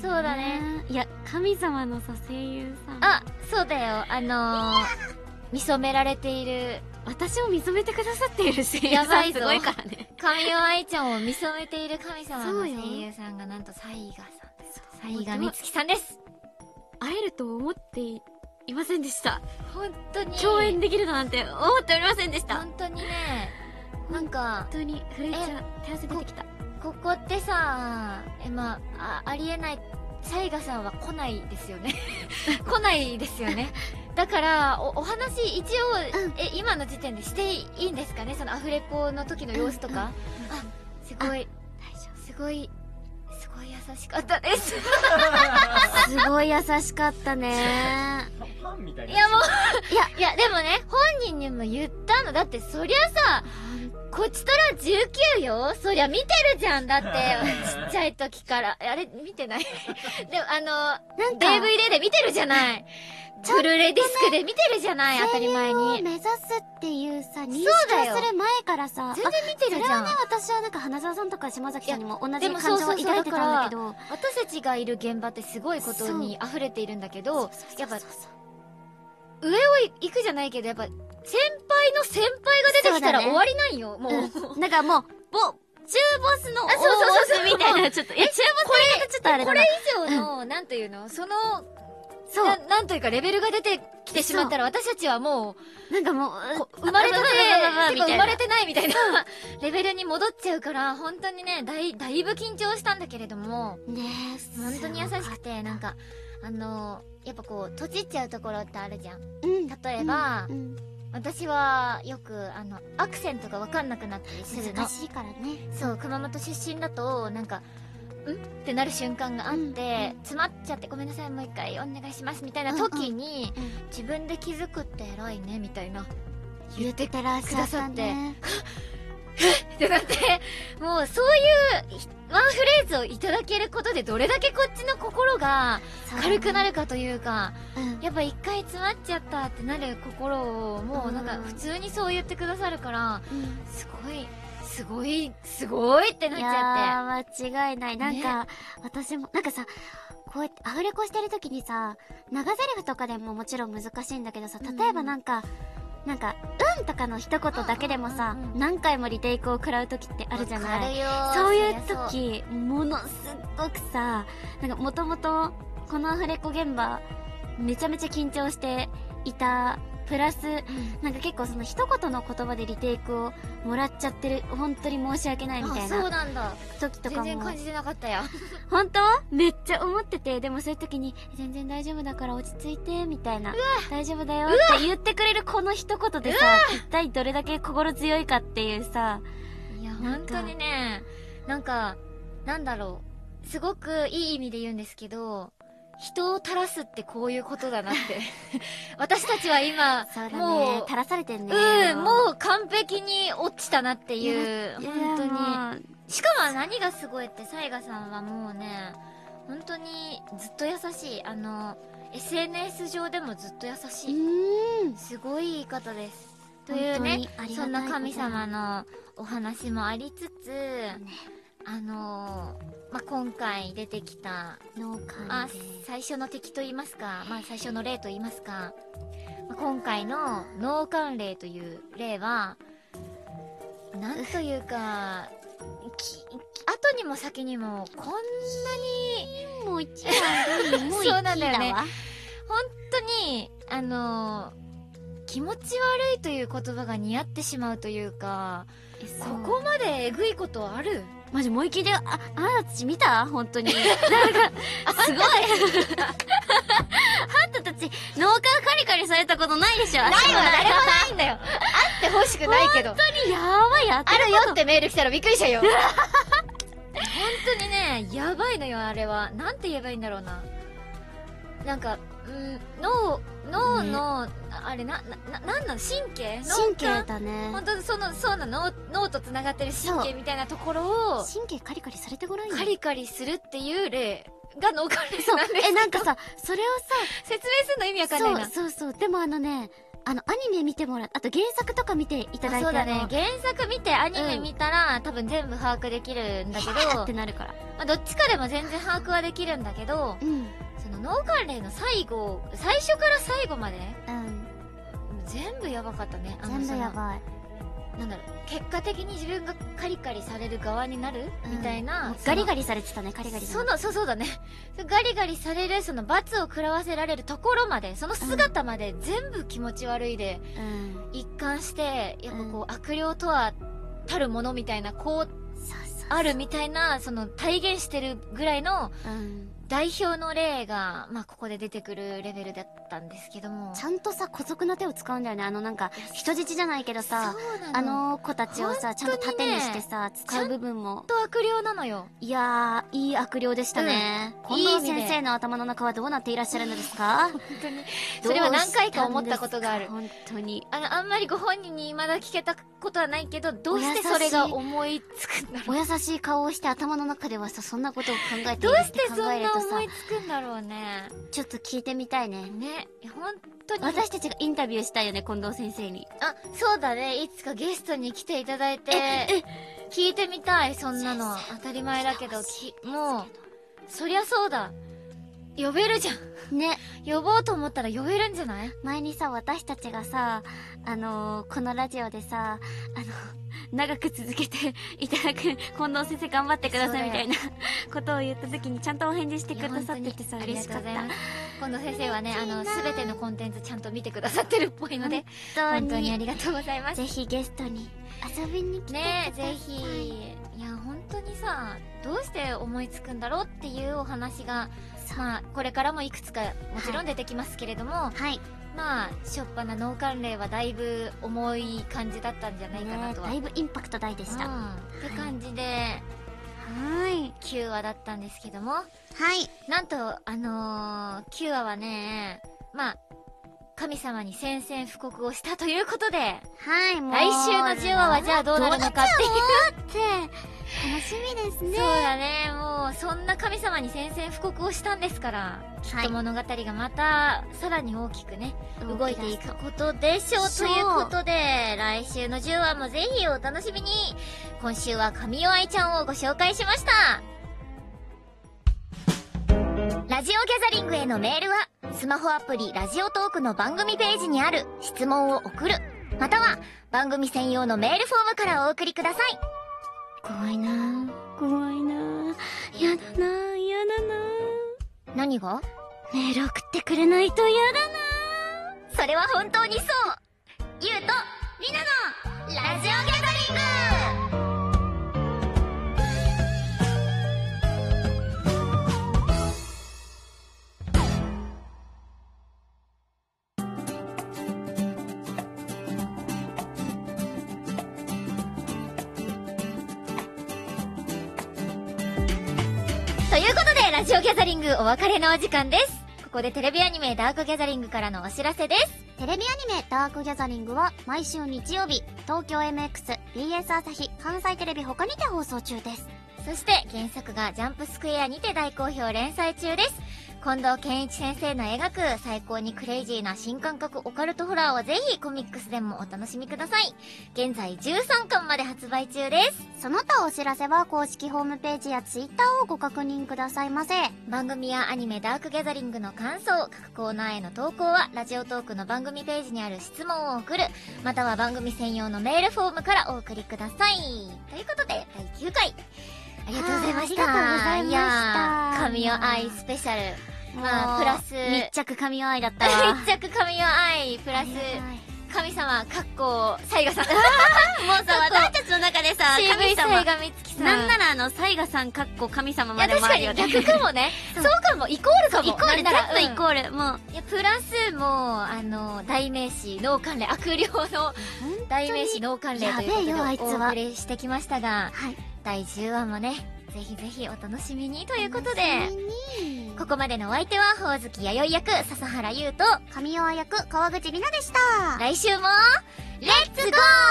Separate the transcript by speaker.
Speaker 1: そうだね
Speaker 2: いや神様のさ声優さん
Speaker 1: あそうだよあのー、見初められている
Speaker 2: 私を認めてくださっている声優
Speaker 1: やば
Speaker 2: さ
Speaker 1: い
Speaker 2: ん
Speaker 1: ぞ
Speaker 2: すごいからね
Speaker 1: 神尾愛ちゃんを見初めている神様の
Speaker 2: そう
Speaker 1: 声
Speaker 2: よ
Speaker 1: 優さんがなんとサイガさんです
Speaker 2: そう
Speaker 1: サイガ美月さんです
Speaker 2: 会えると思っていいませんでした
Speaker 1: 本当に
Speaker 2: 共演できるだなんて思っておりませんでした本
Speaker 1: 本当にねなんか
Speaker 2: 当に震えちゃう手汗出てきた
Speaker 1: ここってさえまああありえないサイガさんは来ないですよ ね来ないですよねだからおお話一応、
Speaker 2: うん
Speaker 1: え今の時点でしていいんですかねそのアフレコの時の様子とか、
Speaker 2: うんうん
Speaker 1: あすごいすごいすごい優しかっ たです
Speaker 2: すごい優しかった ね
Speaker 3: ファファンみたい
Speaker 1: い
Speaker 3: な
Speaker 1: やもういやいやでもね本人にも言ったのだってそりゃさこちとら19よそりゃ見てるじゃんだ ってちっちゃい時からあれ見てないでもあ
Speaker 2: な
Speaker 1: の DVD で見てるじゃない
Speaker 4: ちょっ
Speaker 1: ブルーレイディスクで見てるじゃない当たり前
Speaker 4: を
Speaker 1: に
Speaker 4: 目指すっていうさ、認識
Speaker 1: だよ
Speaker 4: をする前からさ、
Speaker 1: 全然見てるじゃん
Speaker 4: あ私はなんか花澤さんとか島崎さんにも同
Speaker 1: で
Speaker 4: じ
Speaker 1: も
Speaker 4: 感
Speaker 1: そう
Speaker 4: 情
Speaker 1: そう
Speaker 4: を
Speaker 1: そう
Speaker 4: 抱いてたんだけど、
Speaker 1: 私たちがいる現場ってすごいことに溢れているんだけどやっぱ
Speaker 4: そうそうそう
Speaker 1: 上を行くじゃないけどやっぱ先輩の先輩が出てきた
Speaker 4: そうだ
Speaker 1: ら
Speaker 4: ね
Speaker 1: 終わりなんよもう、
Speaker 4: うんなんかもう、ぼ、中ボスの
Speaker 1: あそうそうそうそう
Speaker 2: みたいなちょっとえ
Speaker 4: ちょっとあれ
Speaker 1: こ
Speaker 4: だ
Speaker 1: れ
Speaker 4: な。
Speaker 1: 以上の、なんというのその
Speaker 4: そう。
Speaker 1: ななんというかレベルが出てきてしまったら私たちはも
Speaker 4: なんかもう、
Speaker 1: うこ生まれてないてか
Speaker 2: みた
Speaker 1: 生
Speaker 2: いな
Speaker 1: まれてないみたいな レベルに戻っちゃうから本当にねだいだいぶ緊張したんだけれども
Speaker 4: ねえ、
Speaker 1: 本当に優しくてなん
Speaker 4: か、
Speaker 1: かあのやっぱこう閉じっちゃうところってあるじゃん
Speaker 4: うん。
Speaker 1: 例えば、
Speaker 4: うん
Speaker 1: 私はよくあのアクセントが分かんなくなったりするの
Speaker 4: 難しいからね。
Speaker 1: そう熊本出身だとなんか「ん?」ってなる瞬間があっ
Speaker 4: う
Speaker 1: て、
Speaker 4: んうん
Speaker 1: 詰まっちゃって「ごめんなさいもう一回お願いします」みたいな時に、
Speaker 4: うんうんうん
Speaker 1: 自分で気づくって偉いねみたい な
Speaker 4: 言ってたらしゃったね。
Speaker 1: ってなって もうそういうひワンフレーズをいただけることでどれだけこっちの心が軽くな
Speaker 4: る。
Speaker 1: るかというか
Speaker 4: うん。
Speaker 1: やっぱ一回詰まっちゃったってなる心をもうなんか
Speaker 4: うん
Speaker 1: 普通にそう言ってくださるから
Speaker 4: うん
Speaker 1: すごいすごいすごいってなっちゃって。
Speaker 4: いやー間違いないなんか、私もなんかさこうやってアフレコしてる時にさ長ゼリフとかでももちろん難しいんだけどさ
Speaker 1: うん
Speaker 4: 例えばなんか、なんか「うん」とかの一言だけでもさ、
Speaker 1: うんうんうんうん
Speaker 4: 何回もリテイクを食らう時ってあるじゃない
Speaker 1: わかるよ
Speaker 4: そういう
Speaker 1: そりゃそう
Speaker 4: 時ものすっごくさなんかもともとこのアフレコ現場めちゃめちゃ緊張していたプラスなんか結構その一言の言葉でリテイクをもらっちゃってる本当に申し訳ないみたい
Speaker 1: あそう
Speaker 4: な
Speaker 1: なんだ
Speaker 4: 時と
Speaker 1: 全
Speaker 4: か
Speaker 1: 然
Speaker 4: も
Speaker 1: 感じてなかったや
Speaker 4: 本当めっちゃ思っててでもそういう時に「全然大丈夫だから落ち着いて」みたいな「大丈夫だよ」って言ってくれるこの一言でさ一体どれだけ心強いかっていうさ
Speaker 1: いや
Speaker 4: な
Speaker 1: 本
Speaker 4: んか
Speaker 1: 当にねなんかなんだろうすごくいい意味で言うんですけど人を垂らすってこういうことだなって 私たちは今
Speaker 4: そうだ
Speaker 1: もう
Speaker 4: ね垂らされてんね
Speaker 1: うんもう完璧に落ちたなっていう
Speaker 4: いや
Speaker 1: 本当に
Speaker 4: もう
Speaker 1: しかも何がすごいってサイガさんはもうね本当にずっと優しいあの SNS 上でもずっと優しい、
Speaker 4: うーん
Speaker 1: すごい言い方ですと
Speaker 4: 本
Speaker 1: いう
Speaker 4: 当
Speaker 1: ね
Speaker 4: にありが
Speaker 1: そん
Speaker 4: たい
Speaker 1: な
Speaker 4: ことだ
Speaker 1: 神様のお話もありつつ、あのーまあ、今回出てきた、
Speaker 4: の感
Speaker 1: まあ
Speaker 4: じ、
Speaker 1: 最初の敵と言いますか、まあ、最初の例と言いますか、まあ、今回の脳幹例という例は、なんというか、き後にも先にもこんなに
Speaker 4: もう一番どうにも
Speaker 1: そうなんだよね
Speaker 4: 一位わ
Speaker 1: 本当にあのー気持ち悪いという言葉が似合ってしまうというか
Speaker 4: えそう
Speaker 1: ここまでえぐいことある
Speaker 4: マジもう一気でああなたたち見た本当になんかすごい あんたたち 脳幹カリカリされたことないでしょない
Speaker 1: ないわ誰もないんだよあってほしくないけどあ
Speaker 4: やばいやって
Speaker 1: るよってメール来たらびっくりしたよ本当にねやばいのよあれはなんて言えばいいんだろうななんかうん脳脳の、あれななななんなの神経
Speaker 4: 神経
Speaker 1: 脳幹
Speaker 4: だね
Speaker 1: 本当にそのそうなの脳脳とつながってる神経みたいなところを
Speaker 4: 神経カリカリされてごらんよ
Speaker 1: カリカリするっていう例が脳関連
Speaker 4: そう
Speaker 1: なんです
Speaker 4: えなんかさそれを
Speaker 1: 説明するの意味わ
Speaker 4: さ
Speaker 1: かんないな
Speaker 4: そうそうそうでもあのねあの、アニメ見てもらっあと原作とか見ていただいて
Speaker 1: そうだね
Speaker 4: あの
Speaker 1: 原作見てアニメ見たら、多分全部把握できるんだけど、
Speaker 4: あってなるから。
Speaker 1: まあ、どっちかでも全然把握はできるんだけど
Speaker 4: うん。
Speaker 1: その脳関連の最後最初から最後まで
Speaker 2: うん。
Speaker 1: 全部やばかったねあの
Speaker 2: 全部やばい。
Speaker 1: そのなんだろう結果的に自分がカリカリされる側になる、
Speaker 2: うん
Speaker 1: みたいな
Speaker 4: ガリガ
Speaker 1: リ
Speaker 4: リされてたね、ガリガリ
Speaker 1: そのそうそうだねガリガリされるその罰を食らわせられるところまでその姿まで全部気持ち悪いで、
Speaker 4: うん。
Speaker 1: 一貫してやっぱこう、悪霊とはたるものみたいなこう
Speaker 4: そうそう。
Speaker 1: あるみたいなその体現してるぐらいの
Speaker 4: うん。
Speaker 1: 代表の例が、まあ、ここで出てくるレベルだったんですけども。
Speaker 4: ちゃんとさ、古俗な手を使うんだよね。あの、なんか、人質じゃないけどさ、
Speaker 1: そうなの。
Speaker 4: あ、の子たちをさ、ちゃんと
Speaker 1: 本当
Speaker 4: 盾
Speaker 1: にね
Speaker 4: にしてさ、使う部分も。
Speaker 1: と悪霊なのよ。
Speaker 4: いやー、いい悪霊でしたね。
Speaker 1: うん
Speaker 4: い
Speaker 1: こ
Speaker 4: い
Speaker 1: んな意味で
Speaker 4: 先生の頭の中はどうなっていらっしゃるのですか
Speaker 1: 本当に。 それは何回か思ったことがある
Speaker 4: どうしたんですか本当に。
Speaker 1: あの、あんまりご本人にまだ聞けたことはないけど、どうしてそれが思いつくんだろ
Speaker 4: お優しい顔をして頭の中ではさ、そんなことを考え
Speaker 1: う。
Speaker 4: てい
Speaker 1: ど
Speaker 4: る
Speaker 1: う
Speaker 4: っ
Speaker 1: しててそん
Speaker 4: 考える
Speaker 1: な
Speaker 4: と
Speaker 1: 思
Speaker 4: さ
Speaker 1: い、つくんだろうね。
Speaker 4: ちょっと聞いてみたいね。
Speaker 1: ね、本当に。
Speaker 4: 私たちがインタビューしたいよね、近藤先生に。
Speaker 1: あ、そうだね。いつかゲストに来ていただいて、聞いてみたい、そんなの。当たり前だけど、きもう、そりゃそうだ。呼べるじゃん。
Speaker 4: ね、
Speaker 1: 呼ぼうと思ったら呼べるんじゃない
Speaker 4: 前にさ、私たちがさ、あのーこのラジオでさ、あの、長く続けて いただく、近藤先生頑張ってくださいみたいなことを言った時にちゃんとお返事して
Speaker 1: い
Speaker 4: く
Speaker 1: や
Speaker 4: だ
Speaker 1: 本
Speaker 4: さ
Speaker 1: 当
Speaker 4: って
Speaker 1: に
Speaker 4: てさ、
Speaker 1: あり
Speaker 4: 嬉
Speaker 1: が
Speaker 4: し
Speaker 1: とう
Speaker 4: かっ
Speaker 1: ござい
Speaker 4: た
Speaker 1: ます。近藤先生はねあの全てのコンテンツちゃんと見てくださってるっぽいので本
Speaker 4: 本
Speaker 1: 当
Speaker 4: 当
Speaker 1: にあ
Speaker 4: に、
Speaker 1: りがとうございます
Speaker 4: ぜひゲストに遊びに来てくださ
Speaker 1: ね
Speaker 4: い。
Speaker 1: えぜひいや本当にさどうして思いつくんだろうっていうお話がまあこれからもいくつかもちろん出てきますけれども、
Speaker 4: はい。
Speaker 1: まあしょっぱな脳関連はだいぶ重い感じだったんじゃないかな
Speaker 4: ね
Speaker 1: とは、
Speaker 4: だいぶインパクト大でした。は
Speaker 1: うん、って感じで
Speaker 4: い。
Speaker 1: 9話だったんですけども
Speaker 4: はい。
Speaker 1: なんと、あのー、キュアはね、まあ、神様に宣戦布告をしたということで、
Speaker 4: はい、もう。
Speaker 1: 来週の10話はじゃあどうなるのかっていう。
Speaker 4: って、楽しみです
Speaker 1: そう
Speaker 4: ね。
Speaker 1: だね、もう、そんな神様に宣戦布告をしたんですから、きっと物語がまた、さらに大きくね、動いていくことでしょう。
Speaker 4: そう
Speaker 1: ということで、来週の10話もぜひお楽しみに、今週は神尾愛ちゃんをご紹介しました。ラジオギャザリングへのメールは、スマホアプリラジオトークの番組ページにある質問を送る、または番組専用のメールフォームからお送りください。
Speaker 4: 怖いなぁ怖いなぁやだなぁやだなぁ
Speaker 1: 何が
Speaker 4: メール送ってくれないとやだな
Speaker 1: それは本当にそうゆうとりなのラジオギャザリングということで、ラジオギャザリングお別れのお時間です。ここでテレビアニメダークギャザリングからのお知らせです。
Speaker 2: テレビアニメダークギャザリングは毎週日曜日、東京 MX、BS 朝日、関西テレビ他にて放送中です。
Speaker 1: そして原作がジャンプスクエアにて大好評連載中です。近藤健一先生の描く最高にクレイジーな新感覚オカルトホラーをぜひコミックスでもお楽しみください。現在13巻まで発売中です。
Speaker 2: その他お知らせは公式ホームページやツイッターをご確認くださいませ。
Speaker 1: 番組やアニメダークギャザリングの感想、各コーナーへの投稿はラジオトークの番組ページにある質問を送る、または番組専用のメールフォームからお送りください。ということで、第9回。ありがとうございました。
Speaker 2: はいありがとうございました
Speaker 1: やー神を愛スペシャル。まあ、プラス、
Speaker 4: 密着神愛だったわ
Speaker 1: 密着神を愛、 プラス、神様、かっこ、サイガ さん。もう
Speaker 4: さ私たちの中でさ神
Speaker 1: CV サイ
Speaker 4: 様
Speaker 1: ガ美月さん。
Speaker 4: なんならあのサイガさんかっこ神様
Speaker 1: い
Speaker 4: ま
Speaker 1: や、
Speaker 4: で
Speaker 1: 確
Speaker 4: も
Speaker 1: か
Speaker 4: あるよ
Speaker 1: に
Speaker 4: ね
Speaker 1: 逆かもね。そうかも、イコールかも。
Speaker 4: イコール
Speaker 1: な
Speaker 4: だ
Speaker 1: んなら
Speaker 4: っとイコールもう
Speaker 1: いや、プラス、もう、あの、代名詞、脳関連、悪霊の代名詞、脳関連ということで
Speaker 2: やべえよあいつは
Speaker 1: お送りしてきましたが、
Speaker 2: はい
Speaker 1: 第10話もね、ぜひぜひお楽しみにということで、
Speaker 2: に
Speaker 1: ここまでのお相手は、ほおずき弥生役、笹原優と、
Speaker 2: 神尾役、川口里奈でした。
Speaker 1: 来週も、レッツゴー